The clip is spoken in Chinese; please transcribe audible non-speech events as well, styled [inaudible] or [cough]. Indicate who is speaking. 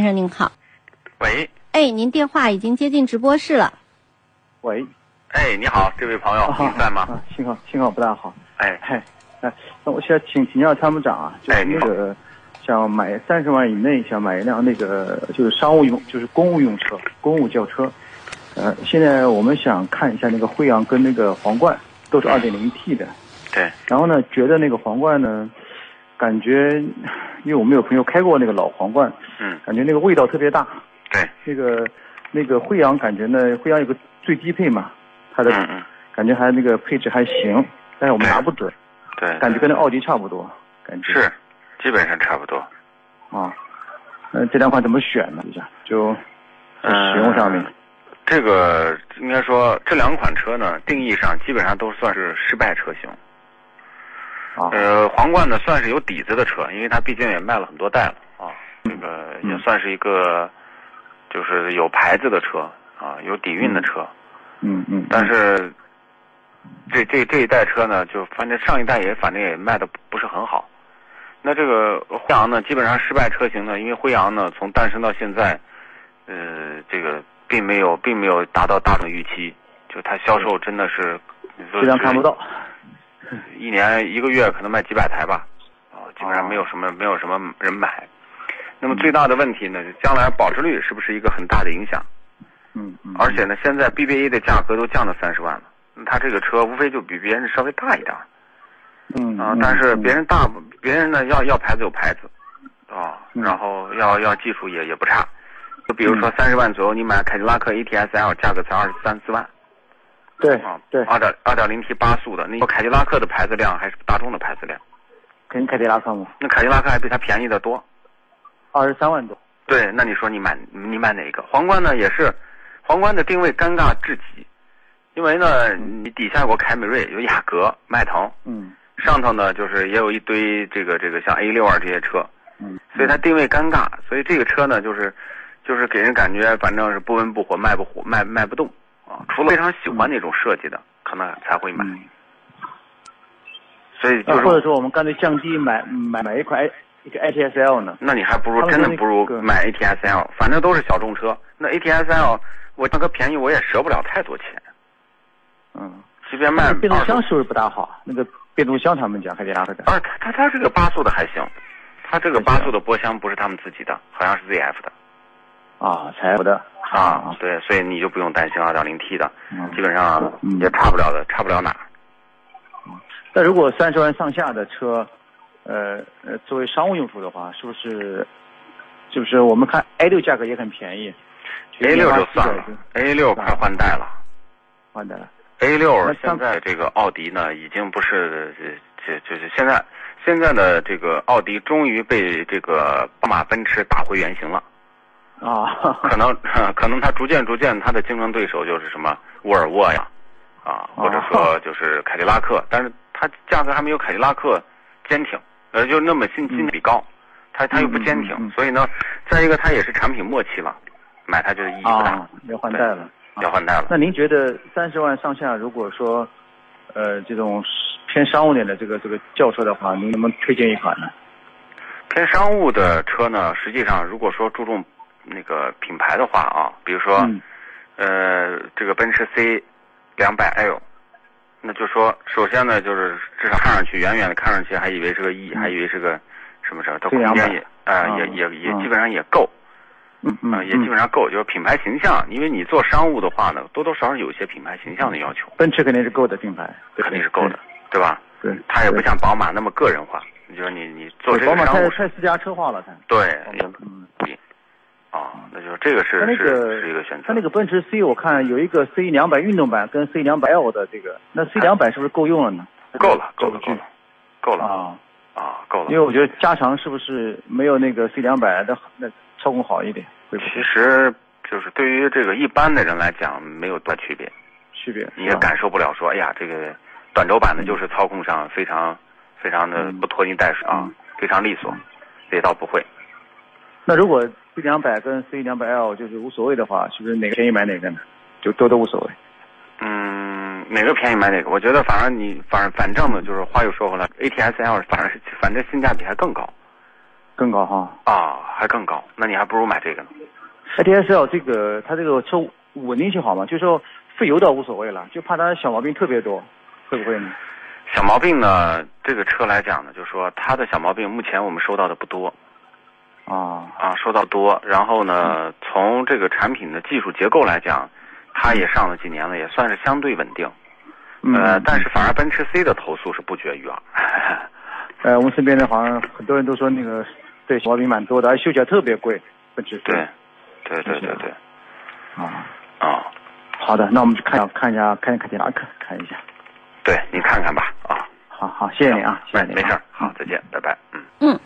Speaker 1: 先生您好，
Speaker 2: 喂，
Speaker 1: 哎，您电话已经接进直播室了。
Speaker 3: 喂，
Speaker 2: 哎，你好，这位朋友，
Speaker 3: 啊
Speaker 2: 你在吗？
Speaker 3: 啊，信号信号不大好。
Speaker 2: 哎，
Speaker 3: 哎，哎，那我想请请教参谋长啊，就
Speaker 2: 哎
Speaker 3: 是
Speaker 2: 你
Speaker 3: 那
Speaker 2: 好
Speaker 3: 个、想买三十万以内，想买一辆那个就是商务用，就是公务用车，公务轿车。呃，现在我们想看一下那个辉昂跟那个皇冠都是二点零 T 的，
Speaker 2: 对，
Speaker 3: 然后呢，觉得那个皇冠呢，感觉因为我们有朋友开过那个老皇冠，
Speaker 2: 嗯，
Speaker 3: 感觉那个味道特别大。
Speaker 2: 对，
Speaker 3: 那个那个辉昂感觉呢，辉昂有个最低配嘛，它的
Speaker 2: 嗯嗯，
Speaker 3: 感觉还那个配置还行，但是我
Speaker 2: [clears throat]
Speaker 3: 们拿不准，
Speaker 2: 对，
Speaker 3: 感觉跟那奥迪差不多，感觉
Speaker 2: 是，基本上差不多。
Speaker 3: 啊。嗯、这两款怎么选呢？就就在
Speaker 2: 嗯
Speaker 3: 呃使用上面，
Speaker 2: 这个应该说这两款车呢，定义上基本上都算是失败车型。
Speaker 3: 啊，
Speaker 2: 呃，皇冠呢算是有底子的车，因为它毕竟也卖了很多代了啊，这个
Speaker 3: 嗯
Speaker 2: 也算是一个就是有牌子的车啊，有底蕴的车。
Speaker 3: 嗯嗯，
Speaker 2: 但是这这这一代车呢，就反正上一代也反正也卖的不是很好。那这个辉昂呢，基本上失败车型呢，因为辉昂呢从诞生到现在，呃，这个并没有并没有达到大众预期，就它销售真的是，你说
Speaker 3: 质量看不到，
Speaker 2: 一年一个月可能卖几百台吧，啊、基本上没有
Speaker 3: 哦
Speaker 2: 什么没有什么人买。那么最大的问题呢，是将来保值率是不是一个很大的影响？
Speaker 3: 嗯嗯，
Speaker 2: 而且呢，现在 BBA 的价格都降到三十万了，那它这个车无非就比别人稍微大一点儿
Speaker 3: 嗯
Speaker 2: 啊，但是别
Speaker 3: 人
Speaker 2: 人大，别人呢要要牌子有牌子，啊，
Speaker 3: 嗯
Speaker 2: 然后要要技术也也不差，就比如说三十万左右，你买凯迪拉克 ATS L 价格才二十三四万
Speaker 3: 对
Speaker 2: 啊，
Speaker 3: 对，
Speaker 2: 二点二点零 T 八速的，那凯迪拉克的牌子量还是大众的牌子量，
Speaker 3: 跟凯迪拉克嘛，
Speaker 2: 那凯迪拉克还比它便宜的多，
Speaker 3: 二十三万多，
Speaker 2: 对，那你说你买你买哪个？皇冠呢也是，皇冠的定位尴尬至极，因为呢你底下有个凯美瑞，有雅阁、迈腾，
Speaker 3: 嗯
Speaker 2: 上头呢就是也有一堆这个这个像 A 六啊二这些车，
Speaker 3: 嗯，
Speaker 2: 所以它定位尴尬，所以这个车呢就是就是给人感觉反正是不温不火，卖不火卖卖不动啊，除了非常喜欢那种设计的，可能才会买。
Speaker 3: 嗯啊
Speaker 2: 所以就
Speaker 3: 那或者
Speaker 2: 是，
Speaker 3: 说我们干脆降低买买买一款 i 一个 ITSL 呢？
Speaker 2: 那你还不如
Speaker 3: 他们
Speaker 2: 真的
Speaker 3: 那
Speaker 2: 不如
Speaker 3: 个
Speaker 2: 买 ATS L，反正都是小众车，那 ATS L 我价格便宜我也折不了太多钱。
Speaker 3: 嗯，
Speaker 2: 随便卖
Speaker 3: 那个变速箱
Speaker 2: 20
Speaker 3: 是不是不大好？那个变速箱他们讲凯迪拉克的，
Speaker 2: 啊，他他他这个八速的还行，他这个
Speaker 3: 还
Speaker 2: 八
Speaker 3: 行
Speaker 2: 速的波箱不是他们自己的，好像是 ZF 的
Speaker 3: 啊，柴油的
Speaker 2: 啊，，对，所以你就不用担心二点零 T 的，
Speaker 3: 嗯
Speaker 2: 基本上
Speaker 3: 嗯
Speaker 2: 也差不了的，差不了哪儿。
Speaker 3: 那如果三十万上下的车，呃呃，作为商务用途的话，是不是？就是我们看 A 六价格也很便宜
Speaker 2: A 六就算了，A 六快换代了
Speaker 3: 换代了。
Speaker 2: ，A
Speaker 3: 那
Speaker 2: 六
Speaker 3: 像
Speaker 2: 现在这个奥迪呢，已经不是这就是现在现在的这个奥迪终于被这个宝马、奔驰打回原形了，
Speaker 3: 啊，
Speaker 2: 可能 [laughs] 可能它逐渐逐渐它的竞争对手就是什么沃尔沃呀，啊，
Speaker 3: 哦
Speaker 2: 或者说就是凯迪拉克， [laughs] 但是它价格还没有凯迪拉克坚挺，呃，就那么性性价比高，它它又不坚挺，
Speaker 3: 嗯嗯嗯嗯嗯
Speaker 2: 所以呢，再一个它也是产品末期了，买它就是意义不大，
Speaker 3: [laughs] 啊，要换代了。
Speaker 2: 要换代了。
Speaker 3: 那您觉得三十万上下，如果说，呃，这种偏商务点的这个这个轿车的话，您能不能推荐一款呢？
Speaker 2: 偏商务的车呢，实际上如果说注重那个品牌的话啊，比如说、
Speaker 3: 嗯
Speaker 2: 呃这个奔驰 C 两百 L，那就说首先呢就是至少看上去远远的看上去还以为是个 E，、还以为是个什么车，它
Speaker 3: C
Speaker 2: 空间
Speaker 3: 200
Speaker 2: 也啊、
Speaker 3: 啊
Speaker 2: 也也也
Speaker 3: 嗯
Speaker 2: 基本上也够
Speaker 3: 嗯
Speaker 2: 啊、
Speaker 3: 嗯，
Speaker 2: 也基本上够，就是品牌形象，因为你做商务的话呢，多多少少有一些品牌形象的要求，
Speaker 3: 奔驰肯定是够的品牌，嗯对
Speaker 2: 肯定是够的，，对吧？
Speaker 3: 对，对
Speaker 2: 它也不像宝马那么个人化，你就是你你做这
Speaker 3: 对宝
Speaker 2: 个
Speaker 3: 马
Speaker 2: 商
Speaker 3: 太
Speaker 2: 务哎车
Speaker 3: 太私家车化了，它。
Speaker 2: 对
Speaker 3: 宝马
Speaker 2: 也
Speaker 3: 嗯。
Speaker 2: 啊，那就是这个是
Speaker 3: 它那
Speaker 2: 是
Speaker 3: 个
Speaker 2: 是一个选择。
Speaker 3: 它那个奔驰 C 我看有一个 C 两百运动版跟 C 两百 L 的这个，那 C 两百是不是够用了呢？
Speaker 2: 够了，够了，
Speaker 3: 轴距
Speaker 2: 够了，够了
Speaker 3: 啊，
Speaker 2: 啊，够
Speaker 3: 因为
Speaker 2: 了。
Speaker 3: 我觉得加长是不是没有那个 C 两百的那操控好一点，会不会
Speaker 2: 其实就是对于这个一般的人来讲，没有多大区别，
Speaker 3: 区别？
Speaker 2: 你
Speaker 3: 是
Speaker 2: 也
Speaker 3: 吧
Speaker 2: 感受不了说，哎呀，这个短轴版的就是操控上非常非常的
Speaker 3: 嗯
Speaker 2: 不拖泥带水啊
Speaker 3: 嗯，
Speaker 2: 非常利索，这倒不会。
Speaker 3: 那如果 C 两百跟 C 两百 L 就是无所谓的话，是不是哪个便宜买哪个呢？就都都无所谓。
Speaker 2: 嗯，哪个便宜买哪个，我觉得反正你反反正呢，就是话又说回来，ATS L 反而是反正性价比还更高。
Speaker 3: 更高哈。
Speaker 2: 啊，还更高，那你还不如买这个呢。
Speaker 3: ADSL 这个它这个车稳定性好吗？就说费油倒无所谓了，就怕它小毛病特别多，会不会呢？
Speaker 2: 小毛病呢，这个车来讲呢，就是说它的小毛病目前我们收到的不多
Speaker 3: 啊，
Speaker 2: 啊，收到多。然后
Speaker 3: 嗯
Speaker 2: 呢，从这个产品的技术结构来讲，它也上了几年了，也算是相对稳定。
Speaker 3: 嗯，
Speaker 2: 呃，但是反而奔驰 C 的投诉是不绝于啊耳。
Speaker 3: 呃，我们身边的好像很多人都说那个对小毛病蛮多的，而且修起来特别贵，奔驰
Speaker 2: [laughs]
Speaker 3: C
Speaker 2: 对，对对对对，
Speaker 3: 啊。
Speaker 2: 啊、
Speaker 3: 好的，那我们去看一下看一下看一下看一下看看一下，
Speaker 2: 对你看看吧，啊，
Speaker 3: 好好，谢谢你啊，谢谢
Speaker 2: 没
Speaker 3: 你、啊，
Speaker 2: 没事儿，好，再见，拜拜，嗯。
Speaker 1: 嗯。